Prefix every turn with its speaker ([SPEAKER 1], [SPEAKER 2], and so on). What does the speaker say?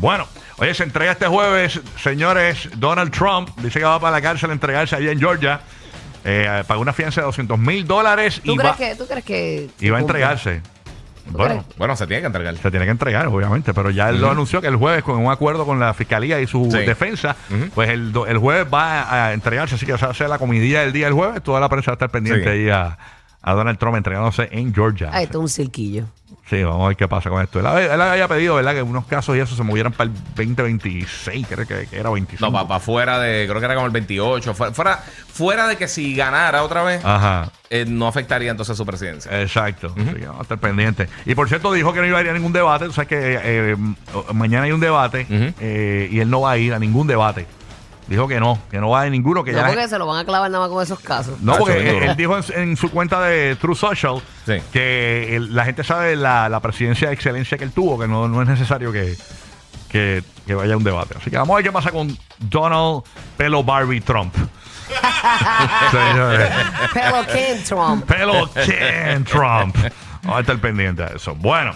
[SPEAKER 1] Bueno, oye, se entrega este jueves, señores, Donald Trump dice que va para la cárcel a entregarse allá en Georgia. Eh, pagó una fianza de 200 mil dólares
[SPEAKER 2] ¿Tú
[SPEAKER 1] y
[SPEAKER 2] crees
[SPEAKER 1] va,
[SPEAKER 2] que, tú crees que
[SPEAKER 1] y va a entregarse. Bueno,
[SPEAKER 3] Bueno, se tiene que entregar.
[SPEAKER 1] se tiene que entregar, obviamente, pero ya él lo anunció que el jueves, con un acuerdo con la fiscalía y su
[SPEAKER 3] Sí.
[SPEAKER 1] defensa,
[SPEAKER 3] Ujú.
[SPEAKER 1] pues el, do- el jueves va a, a entregarse, así que se hace la comidilla del día del jueves, toda la prensa va a estar pendiente
[SPEAKER 3] Sí.
[SPEAKER 1] ahí a, a Donald Trump entregándose en Georgia.
[SPEAKER 2] Ah, esto es un cirquillo.
[SPEAKER 1] Sí, vamos a ver qué pasa con esto. Él, hab- él había pedido, ¿verdad?, que unos casos y eso se movieran para el 2026, creo que, que era 25.
[SPEAKER 3] No, para fuera de, creo que era como el 28. Fuera, fuera, fuera de que si ganara otra vez,
[SPEAKER 1] Ajá,
[SPEAKER 3] eh, no afectaría entonces su presidencia.
[SPEAKER 1] exacto. Así que vamos a estar pendientes. Y por cierto, dijo que no iba a ir a ningún debate. Tú sabes que eh, eh, mañana hay un debate
[SPEAKER 3] Ujú.
[SPEAKER 1] eh, y él no va a ir a ningún debate. Dijo que no, que no va a ir a ninguno. Que
[SPEAKER 2] No
[SPEAKER 1] ya la
[SPEAKER 2] porque se lo van a clavar nada más con esos casos.
[SPEAKER 1] No,
[SPEAKER 3] Ah,
[SPEAKER 1] porque
[SPEAKER 3] eso es
[SPEAKER 1] él,
[SPEAKER 3] duro.
[SPEAKER 1] él dijo en, su- en su cuenta de True Social
[SPEAKER 3] Sí.
[SPEAKER 1] que el- la gente sabe la, la presidencia de excelencia que él tuvo, que no, no es necesario que, que, que vaya a un debate. Así que vamos a ver qué pasa con Donald Pelo Barbie Trump. Señores,
[SPEAKER 2] Pero Ken Trump.
[SPEAKER 1] Pelo Ken Trump. Vamos a estar pendiente de eso. Bueno,